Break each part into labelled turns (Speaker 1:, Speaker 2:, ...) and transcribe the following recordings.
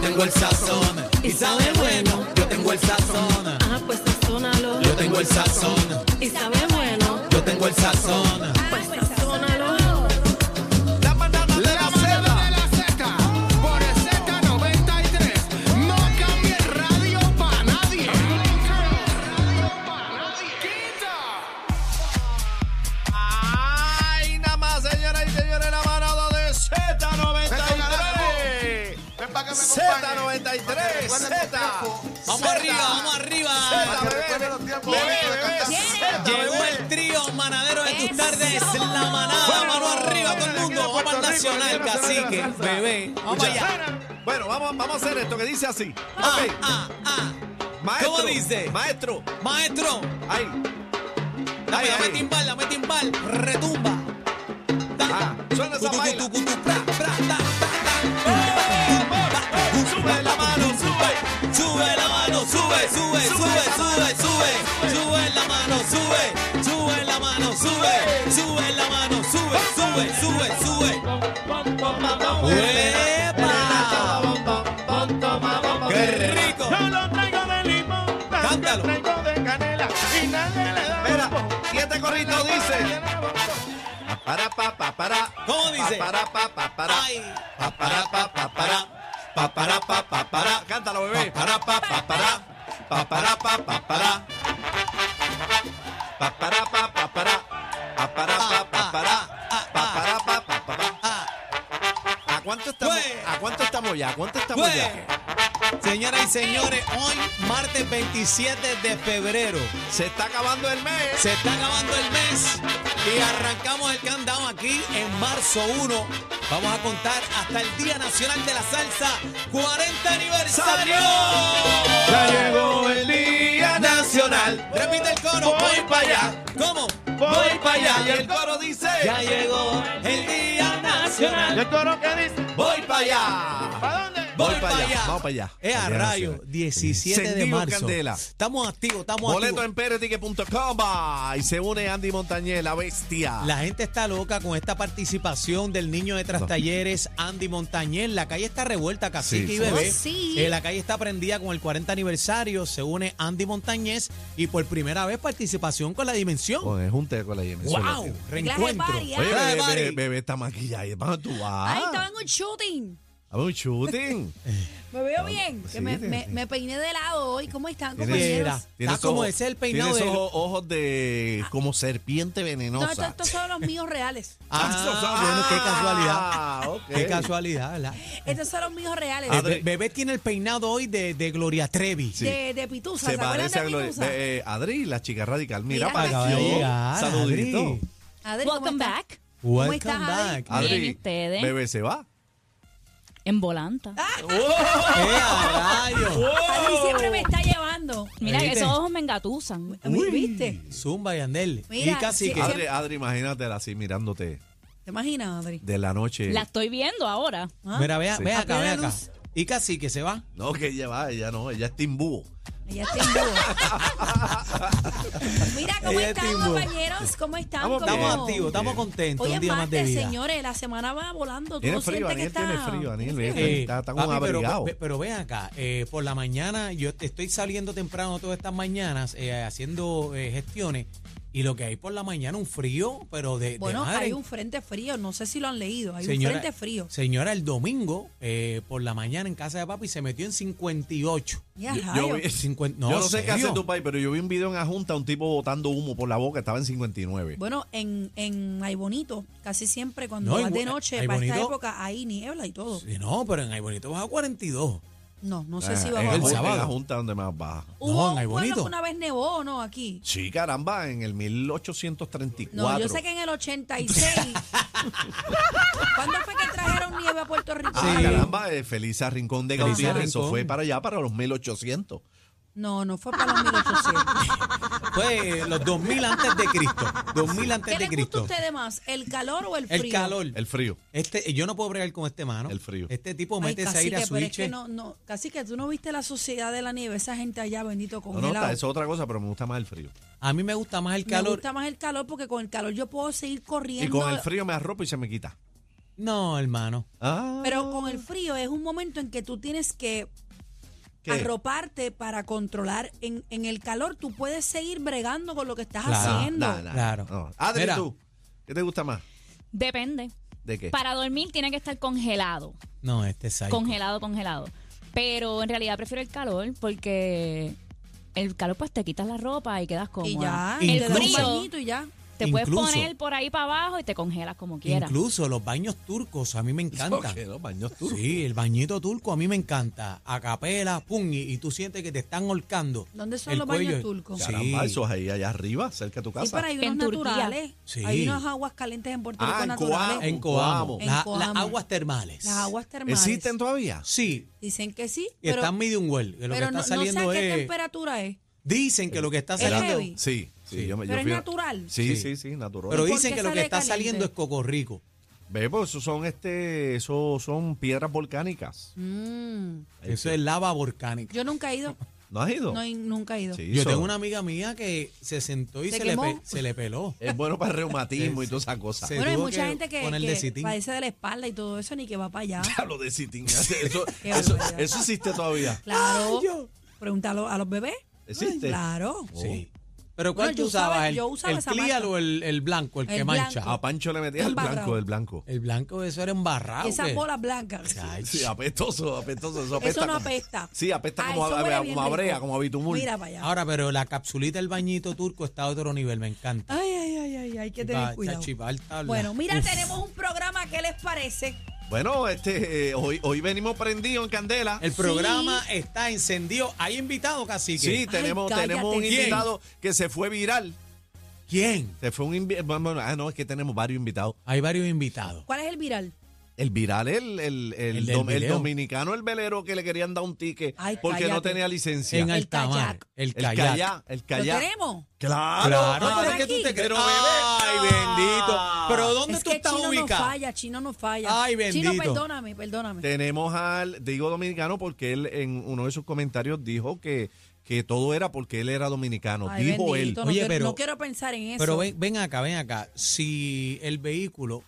Speaker 1: tengo el sazón y sabe bueno. Yo tengo el sazón,
Speaker 2: Ajá, pues sazónalo.
Speaker 1: yo tengo el sazón,
Speaker 2: Y sabe bueno,
Speaker 1: yo tengo el sazón.
Speaker 2: pues sazónalo.
Speaker 3: La manada de
Speaker 4: La
Speaker 3: la
Speaker 4: manada
Speaker 3: seda.
Speaker 4: de la Z por Z93. No cambie el radio para nadie.
Speaker 3: Ay, nada más, señoras y señores, la manada de Z93.
Speaker 4: Ven para que me acompañe. Para que
Speaker 3: Z93,
Speaker 4: recuerden los
Speaker 3: Z.
Speaker 4: tiempos.
Speaker 3: Vamos
Speaker 1: arriba, vamos arriba.
Speaker 3: Z, bebé, bebé,
Speaker 1: Llegó el trío manadero de tus tardes, la manada, mano arriba todo el mundo, vamos al nacional, cacique, bebé, vamos allá.
Speaker 3: Bueno, vamos, vamos a hacer esto que dice así.
Speaker 1: Ah,
Speaker 3: Ok,
Speaker 1: ah, ah.
Speaker 3: maestro.
Speaker 1: ¿Cómo dice?
Speaker 3: Maestro.
Speaker 1: Maestro,
Speaker 3: Ay,
Speaker 1: dame,
Speaker 3: Ay,
Speaker 1: dame
Speaker 3: ay.
Speaker 1: timbal, dame timbal, retumba. Ta,
Speaker 3: ah, suena
Speaker 1: tu,
Speaker 3: esa
Speaker 1: tu,
Speaker 3: baila.
Speaker 1: tu, tu, tu, pra, pra, ta, ta, ta.
Speaker 3: Sube la mano, sube.
Speaker 1: Sube la mano, sube, sube, sube, sube, sube, sube la mano, sube, sube la mano, sube, sube la mano, sube,
Speaker 3: Ah.
Speaker 1: sube, sube, sube. ¡Uepa! ¡Qué rico! Cántalo.
Speaker 3: Mira, y este corrito dice. Para pa pa para.
Speaker 1: ¿Cómo dice?
Speaker 3: Pa, para pa pa para.
Speaker 1: Ay.
Speaker 3: Pa para pa pa para. Pa para pa pa para. Cántalo, bebé. Pa para pa pa para. Pa para pa pa para. Pa para pa pa para. Pa para pa pa para. Pa para pa pa para.
Speaker 1: Ah,
Speaker 3: ¿A cuánto estamos?
Speaker 1: Güey.
Speaker 3: ¿A cuánto estamos ya? ¿A cuánto estamos
Speaker 1: güey.
Speaker 3: ya?
Speaker 1: pues. Señoras y señores, hoy martes 27 de febrero.
Speaker 3: Se está acabando el mes.
Speaker 1: Se está acabando el mes y arrancamos el countdown aquí en marzo 1. Vamos a contar hasta el Día Nacional de la Salsa, 40 aniversario.
Speaker 3: Ya llegó el día nacional.
Speaker 1: Repite el coro,
Speaker 3: Voy pa' allá.
Speaker 1: ¿Cómo?
Speaker 3: Voy para allá. Y el coro dice.
Speaker 1: Ya llegó el Día Nacional.
Speaker 3: Voy para allá.
Speaker 1: Voy
Speaker 3: Voy pa'
Speaker 1: para
Speaker 3: allá,
Speaker 1: allá.
Speaker 3: vamos pa' allá.
Speaker 1: Es a
Speaker 3: Día
Speaker 1: rayo,
Speaker 3: Nacional.
Speaker 1: 17 de
Speaker 3: Encendido
Speaker 1: marzo.
Speaker 3: candela.
Speaker 1: Estamos activos, estamos
Speaker 3: Boleto
Speaker 1: activos.
Speaker 3: en pereticket.com. Y se une Andy Montañez, la bestia.
Speaker 1: La gente está loca con esta participación del niño de Trastalleres, Andy Montañez. La calle está revuelta, cacique
Speaker 3: Sí,
Speaker 1: y
Speaker 3: sí.
Speaker 1: bebé.
Speaker 2: Oh, sí.
Speaker 1: Eh, la calle está prendida con el 40 aniversario. Se une Andy Montañez y por primera vez participación con la dimensión.
Speaker 3: Joder, junte con la IMS.
Speaker 1: ¡Wow! Reencuentro.
Speaker 2: party, ¿ah?
Speaker 3: Oye,
Speaker 1: Clase
Speaker 3: bebé,
Speaker 1: party.
Speaker 3: bebé, bebé está maquillada. ¿Para dónde tú
Speaker 2: Ahí estaba
Speaker 3: vas?
Speaker 2: en un shooting.
Speaker 3: A ver, un shooting.
Speaker 2: Me veo bien.
Speaker 3: Ah, pues sí,
Speaker 2: que me,
Speaker 3: sí,
Speaker 2: me-
Speaker 3: sí.
Speaker 2: me peiné de lado hoy. ¿Cómo están,
Speaker 1: Mira,
Speaker 3: Tienes-
Speaker 2: compañeros?
Speaker 3: Tienes
Speaker 1: está como
Speaker 3: ojos-
Speaker 1: ese el peinado
Speaker 3: Tienes
Speaker 1: de...
Speaker 3: ojos, ojos de como serpiente
Speaker 2: No,
Speaker 3: venenosa.
Speaker 2: estos estos son los míos reales.
Speaker 1: Ah, bueno, qué casualidad.
Speaker 3: Ah, ok.
Speaker 1: Qué casualidad, ¿verdad? Eh,
Speaker 2: Estos son los míos reales.
Speaker 3: Ah,
Speaker 1: Be- Bebé tiene el peinado hoy de, de Gloria Trevi.
Speaker 2: De, de Pitusa.
Speaker 3: Se
Speaker 2: acuerdan
Speaker 3: parece a
Speaker 2: de
Speaker 3: Gloria.
Speaker 2: Pitusa?
Speaker 3: ve, eh, Adri, la chica radical. Mira,
Speaker 2: Mira,
Speaker 3: para
Speaker 1: Acaba de llegar,
Speaker 3: Saludito.
Speaker 1: Adri.
Speaker 2: Adri, ¿cómo
Speaker 5: Welcome
Speaker 2: estás?
Speaker 5: back.
Speaker 2: ¿Cómo
Speaker 1: Welcome
Speaker 2: estás, Adri?
Speaker 1: back.
Speaker 3: Adri,
Speaker 5: Bien, ustedes.
Speaker 3: bebé se va.
Speaker 5: En volanta.
Speaker 1: ¡Eh, a rayos!
Speaker 2: Adri
Speaker 3: Oh.
Speaker 2: siempre me está llevando.
Speaker 5: Mira, que
Speaker 1: ¿Viste?
Speaker 5: esos ojos me engatusan.
Speaker 2: ¿Viste?
Speaker 1: Zumba y Andel.
Speaker 2: Mira,
Speaker 1: y casi
Speaker 2: sí,
Speaker 1: que.
Speaker 2: sí.
Speaker 3: Adri, Adri, imagínate así mirándote
Speaker 2: ¿Te imaginas, Adri?
Speaker 3: de la noche.
Speaker 5: La estoy viendo ahora.
Speaker 2: ¿Ah?
Speaker 1: Mira, vea,
Speaker 3: Sí.
Speaker 1: ve acá, ve
Speaker 2: Apaga la
Speaker 1: acá.
Speaker 2: luz.
Speaker 1: Y casi que se va.
Speaker 3: No, que ella va, ella no, ella es timbú.
Speaker 2: Ella está en vivo. Mira, ¿cómo
Speaker 1: Ella está
Speaker 2: están,
Speaker 1: en vivo.
Speaker 2: compañeros? ¿Cómo están?
Speaker 3: Estamos
Speaker 2: ¿Cómo-
Speaker 1: Estamos
Speaker 3: Bien.
Speaker 1: activos, estamos
Speaker 3: Bien.
Speaker 1: contentos.
Speaker 2: Hoy
Speaker 1: un
Speaker 2: es
Speaker 1: día más de
Speaker 2: martes,
Speaker 1: vida.
Speaker 2: señores. La semana va volando. ¿Tú
Speaker 3: Tiene
Speaker 2: no sientes
Speaker 3: frío,
Speaker 2: que
Speaker 3: Aniel,
Speaker 2: está...
Speaker 3: tiene frío, Aniel.
Speaker 2: Tiene
Speaker 3: ve, Está, está como
Speaker 1: Eh, papi, pero,
Speaker 3: abrigado.
Speaker 1: ve- pero ven acá, eh, por la mañana yo te- estoy saliendo temprano todas estas mañanas eh, haciendo eh, gestiones y lo que hay por la mañana un frío, pero de, de
Speaker 2: Bueno,
Speaker 1: madre.
Speaker 2: hay un frente frío, no sé si lo han leído, hay
Speaker 1: Señora-
Speaker 2: un frente frío.
Speaker 1: Señora, el domingo eh, por la mañana en casa de papi se metió en 58.
Speaker 2: Ya,
Speaker 3: Yo- yo,
Speaker 2: rayos.
Speaker 3: vi-
Speaker 1: Cincuen-
Speaker 3: yo no sé qué hace
Speaker 1: serio.
Speaker 3: tu país, pero yo vi un video en la junta, un tipo botando humo por la boca, estaba en 59.
Speaker 2: Bueno, en, en Ay Bonito, casi siempre cuando
Speaker 1: No, en
Speaker 2: vas de
Speaker 1: Bu-
Speaker 2: noche,
Speaker 1: Ay
Speaker 2: para esta
Speaker 1: Bonito-
Speaker 2: época, hay niebla y todo.
Speaker 1: Sí, no, pero en Ay Bonito baja 42.
Speaker 2: No, no sé
Speaker 3: Ah,
Speaker 2: si va
Speaker 3: en
Speaker 2: a
Speaker 1: el
Speaker 2: bajar.
Speaker 3: la junta- En la
Speaker 1: sábado.
Speaker 3: junta donde más baja.
Speaker 2: Hubo
Speaker 1: en Ay
Speaker 2: un pueblo que
Speaker 1: Bonito.
Speaker 2: una vez nevó, ¿no? Aquí.
Speaker 3: Sí, caramba, en el 1834.
Speaker 2: No, yo sé que en el 86. ¿Cuándo fue que trajeron nieve a Puerto Rico?
Speaker 3: Ah,
Speaker 1: Sí.
Speaker 3: caramba, eh, Felisa Rincón de
Speaker 1: Felisa
Speaker 3: Gautier, eso
Speaker 1: Rincón.
Speaker 3: fue para allá, para los 1800.
Speaker 2: No, no fue para los 1800.
Speaker 1: Fue eh, los 2000 antes de Cristo. 2000 antes
Speaker 2: ¿Qué
Speaker 1: de
Speaker 2: les gusta a
Speaker 1: Cristo.
Speaker 2: ustedes más, el calor o el frío?
Speaker 1: El calor.
Speaker 3: El frío.
Speaker 1: Este, yo no puedo bregar con este mano.
Speaker 3: El frío.
Speaker 1: Este tipo
Speaker 2: Ay,
Speaker 1: mete ese aire a
Speaker 2: cacique, pero es
Speaker 1: switch.
Speaker 2: que no, no, cacique, tú no viste la sociedad de la nieve, esa gente allá, bendito
Speaker 3: No, no,
Speaker 2: congelado.
Speaker 3: está, eso es otra cosa, pero me gusta más el frío.
Speaker 1: A mí me gusta más el
Speaker 2: Me
Speaker 1: calor.
Speaker 2: gusta más el calor porque con el calor yo puedo seguir corriendo.
Speaker 3: Y con el frío me arropo y se me quita.
Speaker 1: No, hermano.
Speaker 3: Ah,
Speaker 2: Pero con el frío es un momento en que tú tienes que
Speaker 3: ¿qué?
Speaker 2: arroparte para controlar. En, en el calor tú puedes seguir bregando con lo que estás
Speaker 1: Claro.
Speaker 2: haciendo.
Speaker 3: Nah, nah,
Speaker 1: Claro.
Speaker 3: Ah, no. Adri,
Speaker 1: Mira.
Speaker 3: tú, ¿qué te gusta más?
Speaker 5: Depende.
Speaker 3: ¿De qué?
Speaker 5: Para dormir tiene que estar congelado.
Speaker 1: No, este es ahí.
Speaker 5: Congelado, congelado. Pero en realidad prefiero el calor porque el calor pues te quitas la ropa y quedas
Speaker 2: Y ya,
Speaker 5: cómoda.
Speaker 1: Incluso-
Speaker 2: y
Speaker 5: el
Speaker 2: te das un
Speaker 5: frío
Speaker 2: bañito y ya.
Speaker 5: te puedes
Speaker 1: Incluso-
Speaker 5: poner por ahí para abajo y te congelas como quieras.
Speaker 1: Incluso los baños turcos, a mí me encanta.
Speaker 3: Porque los baños turcos.
Speaker 1: Sí, el bañito turco a mí me encanta. A capela, pum, y, y tú sientes que te están holcando.
Speaker 2: ¿Dónde son
Speaker 1: el
Speaker 2: los baños
Speaker 1: cuello.
Speaker 2: turcos?
Speaker 1: Sí.
Speaker 3: Caramba, eso es ahí allá arriba, cerca de tu casa.
Speaker 2: Sí, pero hay unos
Speaker 5: En Turquía.
Speaker 2: naturales.
Speaker 1: Sí.
Speaker 2: Hay unas aguas calientes en Puerto
Speaker 3: Ah,
Speaker 2: Rico
Speaker 3: en
Speaker 2: naturales.
Speaker 3: Coamo.
Speaker 1: En Coamo.
Speaker 2: En
Speaker 1: La-
Speaker 2: Coamo.
Speaker 1: Las aguas termales.
Speaker 2: Las aguas termales.
Speaker 3: ¿Existen todavía?
Speaker 1: Sí,
Speaker 2: Dicen que sí,
Speaker 1: y
Speaker 2: pero,
Speaker 1: están medium well. Que lo que
Speaker 2: pero
Speaker 1: está
Speaker 2: no, no sé
Speaker 1: saliendo
Speaker 2: a qué
Speaker 1: es.
Speaker 2: temperatura es.
Speaker 1: Dicen que lo que está
Speaker 2: Es
Speaker 1: saliendo.
Speaker 2: heavy.
Speaker 3: Sí, sí,
Speaker 1: Sí.
Speaker 3: yo me yo
Speaker 2: Pero es
Speaker 3: fui a-
Speaker 2: natural.
Speaker 3: Sí,
Speaker 1: Sí.
Speaker 3: sí, sí, natural.
Speaker 1: Pero
Speaker 2: ¿Y por
Speaker 1: dicen
Speaker 2: qué
Speaker 1: que lo que
Speaker 2: sale
Speaker 1: está
Speaker 2: caliente?
Speaker 1: saliendo es cocorrico.
Speaker 3: Ve, pues eso son este, eso son piedras volcánicas.
Speaker 2: Mm,
Speaker 3: Ahí
Speaker 1: Eso
Speaker 3: está.
Speaker 1: es lava volcánica.
Speaker 2: yo nunca he ido.
Speaker 3: ¿No has ido?
Speaker 2: No, he- nunca he ido.
Speaker 3: Sí,
Speaker 1: Yo
Speaker 3: eso-
Speaker 1: tengo una amiga mía que se sentó y
Speaker 2: ¿Se
Speaker 1: se, le,
Speaker 2: quemó?
Speaker 1: pe- se le peló.
Speaker 3: Es bueno para el reumatismo y todas esas cosas.
Speaker 1: Sí.
Speaker 2: Bueno, hay
Speaker 1: tuvo
Speaker 2: mucha
Speaker 1: que
Speaker 2: gente que,
Speaker 1: poner
Speaker 2: que
Speaker 1: de sitín.
Speaker 2: padece de la espalda y todo eso, ni que va para allá.
Speaker 3: Hablo de sitín. Eso,
Speaker 2: Qué
Speaker 3: eso,
Speaker 2: barbaridad.
Speaker 3: eso existe todavía.
Speaker 2: Claro.
Speaker 1: Ay, yo.
Speaker 2: Pregúntalo a los bebés.
Speaker 3: ¿Existe?
Speaker 2: Claro.
Speaker 1: Sí. Pero ¿cuál
Speaker 2: Bueno,
Speaker 1: tú
Speaker 2: yo usaba-
Speaker 1: usabas? ¿El,
Speaker 2: yo usaba
Speaker 1: el
Speaker 2: esa
Speaker 1: clear
Speaker 2: marca.
Speaker 1: o el, el blanco, el,
Speaker 2: El
Speaker 1: que mancha? Ah,
Speaker 2: blanco.
Speaker 3: A Pancho le metía el
Speaker 2: Embarrado.
Speaker 3: blanco, el blanco.
Speaker 1: El blanco, eso era embarrado.
Speaker 2: Y esas
Speaker 1: ¿qué?
Speaker 2: bolas blancas.
Speaker 1: Ay,
Speaker 3: Sí, apestoso, apestoso. Eso, apesta
Speaker 2: Eso no
Speaker 3: como-
Speaker 2: apesta.
Speaker 3: Sí, apesta
Speaker 2: Ah,
Speaker 3: como,
Speaker 2: eso
Speaker 3: a,
Speaker 2: huele
Speaker 3: a-
Speaker 2: bien
Speaker 3: como a
Speaker 2: rico.
Speaker 3: brea, como a bitumul.
Speaker 2: Mira para allá.
Speaker 1: Ahora, pero la capsulita del bañito turco está a otro nivel, me encanta.
Speaker 2: Ay, ay, ay, ay, hay que tener
Speaker 1: Va,
Speaker 2: cuidado.
Speaker 1: chachi, va al tabla.
Speaker 2: Bueno, mira,
Speaker 1: Uf.
Speaker 2: tenemos un programa, ¿qué les parece?
Speaker 3: Bueno, este, eh, hoy, hoy venimos prendidos en candela.
Speaker 1: El programa está encendido. ¿Hay invitado, cacique?
Speaker 3: Sí, tenemos,
Speaker 2: cállate.
Speaker 3: tenemos un
Speaker 2: ¿Quién?
Speaker 3: invitado que se fue viral.
Speaker 1: ¿Quién?
Speaker 3: Se fue un invitado. Bueno, ah, no, es que tenemos varios invitados.
Speaker 1: Hay varios invitados.
Speaker 2: ¿Cuál es el viral?
Speaker 3: El viral, el, el, el,
Speaker 1: El del
Speaker 3: dom- el
Speaker 1: video.
Speaker 3: dominicano, el velero que le querían dar un ticket
Speaker 2: Ay,
Speaker 3: porque no
Speaker 2: cállate.
Speaker 3: tenía licencia.
Speaker 1: En
Speaker 2: El
Speaker 1: alta mar.
Speaker 2: kayak.
Speaker 1: El
Speaker 3: el
Speaker 1: kayak.
Speaker 3: callá, el
Speaker 2: ¿Lo
Speaker 3: callá.
Speaker 2: tenemos?
Speaker 3: Claro,
Speaker 1: Claro,
Speaker 3: ah,
Speaker 1: pero
Speaker 2: pero
Speaker 1: es que tú
Speaker 2: aquí.
Speaker 1: te
Speaker 3: Pero,
Speaker 1: crees. Ay,
Speaker 3: bebé.
Speaker 1: bendito. Pero ¿dónde
Speaker 2: es
Speaker 1: tú
Speaker 2: que
Speaker 1: estás
Speaker 2: Chino no
Speaker 1: ubicado?
Speaker 2: falla, Chino no falla.
Speaker 1: Ay,
Speaker 2: Chino,
Speaker 1: bendito.
Speaker 2: perdóname, perdóname.
Speaker 3: Tenemos al, digo dominicano porque él en uno de sus comentarios dijo que, que todo era porque él era dominicano.
Speaker 2: Ay,
Speaker 3: dijo
Speaker 2: bendito,
Speaker 3: él.
Speaker 2: no,
Speaker 1: Oye,
Speaker 2: quiero,
Speaker 1: pero-
Speaker 2: no quiero pensar en eso.
Speaker 1: Pero ven, ven acá, ven acá. Si el vehículo,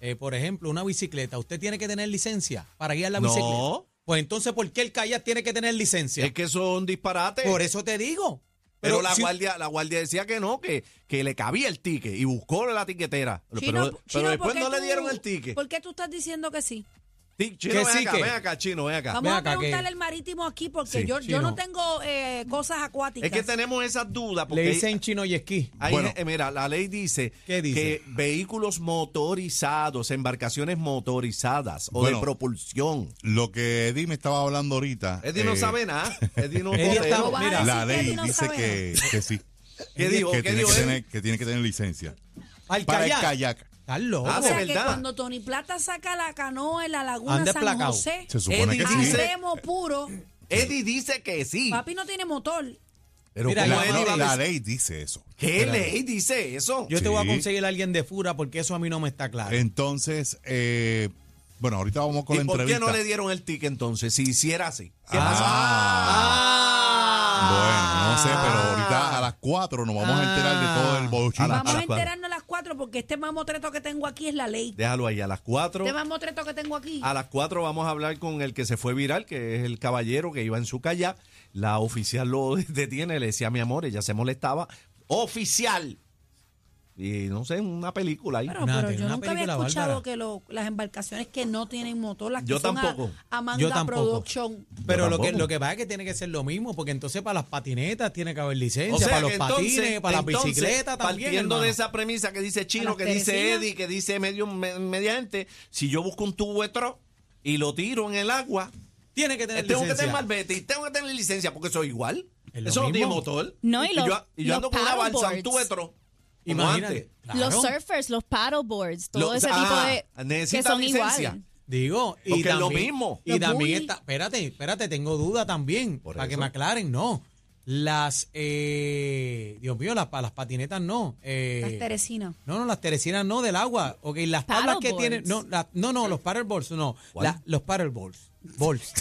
Speaker 1: eh, por ejemplo, una bicicleta, usted tiene que tener licencia para guiar la
Speaker 3: No.
Speaker 1: bicicleta. Pues entonces, ¿por qué el kayak tiene que tener licencia?
Speaker 3: Es que son disparates.
Speaker 1: Por eso te digo.
Speaker 3: pero la
Speaker 1: si-
Speaker 3: guardia, la guardia decía que no, que, que le cabía el ticket y buscó la tiquetera. Pero-
Speaker 2: Chino,
Speaker 3: pero
Speaker 2: Chino,
Speaker 3: después
Speaker 2: ¿por qué
Speaker 3: no le
Speaker 2: tú-
Speaker 3: dieron el ticket.
Speaker 2: ¿Por qué tú estás diciendo que sí?
Speaker 3: Ti- Chino,
Speaker 1: Que
Speaker 3: ven
Speaker 1: sí,
Speaker 3: acá,
Speaker 1: que-
Speaker 3: ven acá, chino, ven acá.
Speaker 2: Vamos
Speaker 1: Ven
Speaker 2: a
Speaker 1: acá, que-
Speaker 2: preguntarle al marítimo aquí porque
Speaker 3: Sí,
Speaker 2: yo, yo
Speaker 1: Chino.
Speaker 2: no tengo eh, cosas acuáticas.
Speaker 3: Es que tenemos esas dudas
Speaker 1: Le
Speaker 3: porque
Speaker 1: dicen chino y esquí.
Speaker 3: hay-
Speaker 1: Bueno,
Speaker 3: eh, mira, la ley dice,
Speaker 1: ¿Qué dice?
Speaker 3: que vehículos motorizados, embarcaciones motorizadas o
Speaker 6: Bueno.
Speaker 3: de propulsión.
Speaker 6: Lo que Eddie me estaba hablando ahorita.
Speaker 3: Eddie no
Speaker 6: eh,
Speaker 3: sabe nada. Eddie no
Speaker 1: Eddie
Speaker 3: jodero.
Speaker 1: está-
Speaker 2: No vas a
Speaker 1: mira,
Speaker 2: decir
Speaker 6: La
Speaker 2: que
Speaker 6: ley
Speaker 2: Eddie no
Speaker 6: dice
Speaker 2: sabe
Speaker 6: que, que sí.
Speaker 3: ¿Qué dijo?
Speaker 6: Que,
Speaker 3: ¿Qué
Speaker 6: tiene
Speaker 3: dijo
Speaker 6: que,
Speaker 3: él?
Speaker 6: tener, que tiene que tener licencia.
Speaker 1: al
Speaker 6: para
Speaker 1: kayak.
Speaker 6: el kayak.
Speaker 1: Estás loco.
Speaker 3: Ah,
Speaker 2: O sea
Speaker 3: de
Speaker 2: que
Speaker 3: verdad.
Speaker 2: cuando Tony Plata saca la canoa en la laguna
Speaker 1: Ande
Speaker 2: San
Speaker 1: placao.
Speaker 2: José,
Speaker 6: Se supone
Speaker 3: Eddie
Speaker 6: que sí.
Speaker 3: dice-
Speaker 2: hacemos puro,
Speaker 3: Eddie dice que sí.
Speaker 2: papi no tiene motor.
Speaker 6: Pero
Speaker 1: Mira,
Speaker 6: la,
Speaker 1: como Eddie
Speaker 6: no,
Speaker 1: va a
Speaker 6: la
Speaker 1: decir-
Speaker 6: ley dice eso.
Speaker 3: ¿Qué ley dice eso?
Speaker 1: Yo te voy a
Speaker 6: Sí.
Speaker 1: conseguir a alguien de fura porque eso a mí no me está claro.
Speaker 6: Entonces, eh, bueno, ahorita vamos con
Speaker 3: ¿Y
Speaker 6: la
Speaker 3: por qué
Speaker 6: entrevista.
Speaker 3: no le dieron el ticket entonces si hiciera así? Ah. ¿Qué
Speaker 6: Ah. Bueno, no
Speaker 3: pasa?
Speaker 6: sé, pero ahorita a las 4 nos vamos a enterar de todo el
Speaker 3: Ah. A la-
Speaker 6: bochinche.
Speaker 2: Vamos
Speaker 3: las
Speaker 2: a
Speaker 3: cuatro.
Speaker 2: enterarnos a las cuatro porque este mamotreto que tengo aquí es la ley.
Speaker 3: Déjalo ahí, a las 4.
Speaker 2: Este mamotreto que tengo aquí.
Speaker 3: A las 4 vamos a hablar con el que se fue viral, que es el caballero que iba en su kayak. La oficial lo detiene, le decía mi amor, ella se molestaba. ¡Oficial! Y no sé, una película ahí.
Speaker 2: Pero,
Speaker 1: Nada,
Speaker 2: pero
Speaker 1: tiene
Speaker 2: yo
Speaker 1: una
Speaker 2: nunca había
Speaker 1: película
Speaker 2: escuchado
Speaker 1: bárbara.
Speaker 2: que lo- las embarcaciones que no tienen motor, las que
Speaker 3: Yo
Speaker 2: son a-
Speaker 3: tampoco.
Speaker 2: a, manga
Speaker 1: Yo tampoco.
Speaker 2: production.
Speaker 1: Pero
Speaker 3: Yo
Speaker 1: lo que,
Speaker 3: tampoco.
Speaker 1: lo que pasa es que tiene que ser lo mismo, porque entonces para las patinetas tiene que haber licencia,
Speaker 3: O sea,
Speaker 1: para los
Speaker 3: que
Speaker 1: patines,
Speaker 3: entonces-
Speaker 1: para las
Speaker 3: entonces,
Speaker 1: bicicletas también.
Speaker 3: Partiendo de
Speaker 1: hermano.
Speaker 3: esa premisa que dice Chino,
Speaker 2: las
Speaker 3: que dice
Speaker 2: teresinas.
Speaker 3: Eddie, que dice medio me- media gente, si yo busco un tubo de tro y lo tiro en el agua,
Speaker 1: Tiene que tener
Speaker 3: tengo que
Speaker 1: licencia.
Speaker 3: tener malvete y tengo que tener licencia porque soy igual.
Speaker 1: Es lo
Speaker 3: Eso no tiene
Speaker 1: mismo.
Speaker 3: motor.
Speaker 5: No, y los-
Speaker 3: yo, y yo
Speaker 5: los
Speaker 3: ando con una balsa, un
Speaker 5: paddleboards.
Speaker 3: tubo de tro. como antes.
Speaker 1: Imagínate. claro.
Speaker 5: Los surfers, los paddleboards, todo
Speaker 3: Los-
Speaker 5: ese
Speaker 3: ah,
Speaker 5: tipo de que
Speaker 3: necesitan
Speaker 5: son
Speaker 3: licencia.
Speaker 5: iguales.
Speaker 1: Digo, y
Speaker 3: Porque es
Speaker 1: también,
Speaker 3: lo mismo.
Speaker 1: Y
Speaker 5: Los
Speaker 1: también
Speaker 5: bullies.
Speaker 1: está, espérate, espérate, tengo duda también,
Speaker 3: Por
Speaker 1: para que
Speaker 3: eso.
Speaker 1: me aclaren, no. Las, eh, Dios mío, las, pa- las patinetas no. eh,
Speaker 2: Las teresinas.
Speaker 1: No, no, las teresinas no del agua. Ok, las tablas que
Speaker 5: Paddleboards.
Speaker 1: tienen. No, la- no, no, los paddleboards no.
Speaker 3: ¿Cuál?
Speaker 1: La- los paddleboards.
Speaker 3: Bols.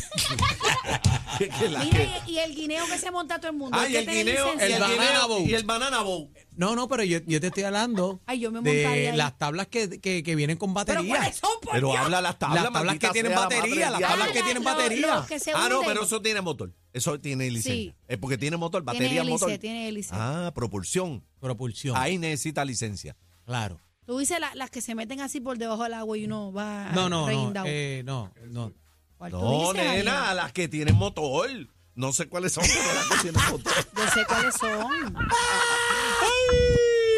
Speaker 3: Que- que la- que-
Speaker 2: Mira, y, y el guineo que se monta todo el mundo. hay
Speaker 3: Ay,
Speaker 2: que
Speaker 3: el
Speaker 2: tener
Speaker 3: guineo,
Speaker 2: licencia.
Speaker 1: el
Speaker 3: el
Speaker 1: banana
Speaker 3: guineo
Speaker 1: boat.
Speaker 3: y el banana bowl.
Speaker 1: No, no, pero yo, yo te estoy hablando
Speaker 2: Ay, yo me montaría
Speaker 1: de
Speaker 2: ahí.
Speaker 1: las tablas que, que, que vienen con
Speaker 2: Pero
Speaker 1: batería.
Speaker 2: ¿cuáles son, por
Speaker 3: Pero
Speaker 2: Dios?
Speaker 3: habla las tablas.
Speaker 1: Las tablas
Speaker 3: maldita
Speaker 1: que tienen
Speaker 3: sea la
Speaker 1: batería,
Speaker 3: madre
Speaker 1: las
Speaker 3: del
Speaker 1: tablas
Speaker 3: diablo.
Speaker 1: que tienen
Speaker 2: lo-
Speaker 1: batería.
Speaker 2: los que se
Speaker 3: Ah, no,
Speaker 2: hunden.
Speaker 3: pero eso tiene motor. Eso tiene licencia.
Speaker 2: Sí.
Speaker 3: Es porque tiene motor, batería,
Speaker 2: Tiene hélice,
Speaker 3: motor.
Speaker 2: tiene hélice.
Speaker 3: Ah, propulsión.
Speaker 1: Propulsión.
Speaker 3: Ahí necesita licencia.
Speaker 1: Claro.
Speaker 2: Tú dices la- las que se meten así por debajo del agua y uno va
Speaker 1: No, no, no.
Speaker 2: reindao.
Speaker 1: eh, no, no.
Speaker 2: ¿Cuál tú
Speaker 3: No,
Speaker 2: dices,
Speaker 3: nena,
Speaker 2: Ariel?
Speaker 3: las que tienen motor. No sé cuáles son, pero las que tienen motor.
Speaker 2: Yo sé cuáles son.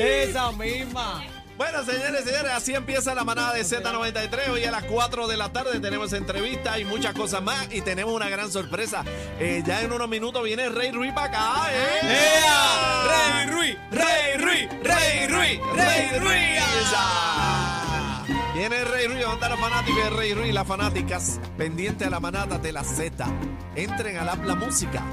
Speaker 1: Esa misma.
Speaker 3: Bueno, señores, señores, así empieza la manada de Z93. Hoy a las 4 de la tarde tenemos entrevista y muchas cosas más. Y tenemos una gran sorpresa. Eh, ya en unos minutos viene Rey Ruiz para acá. ¿eh?
Speaker 1: ¡Ea! Rey Ruiz, Rey Ruiz, Rey Ruiz, Rey Ruiz.
Speaker 3: Esa. Viene Rey Ruiz, ¿dónde están los fanáticos de Rey Ruiz? Las fanáticas pendientes a la manada de la Z. Entren al app La Música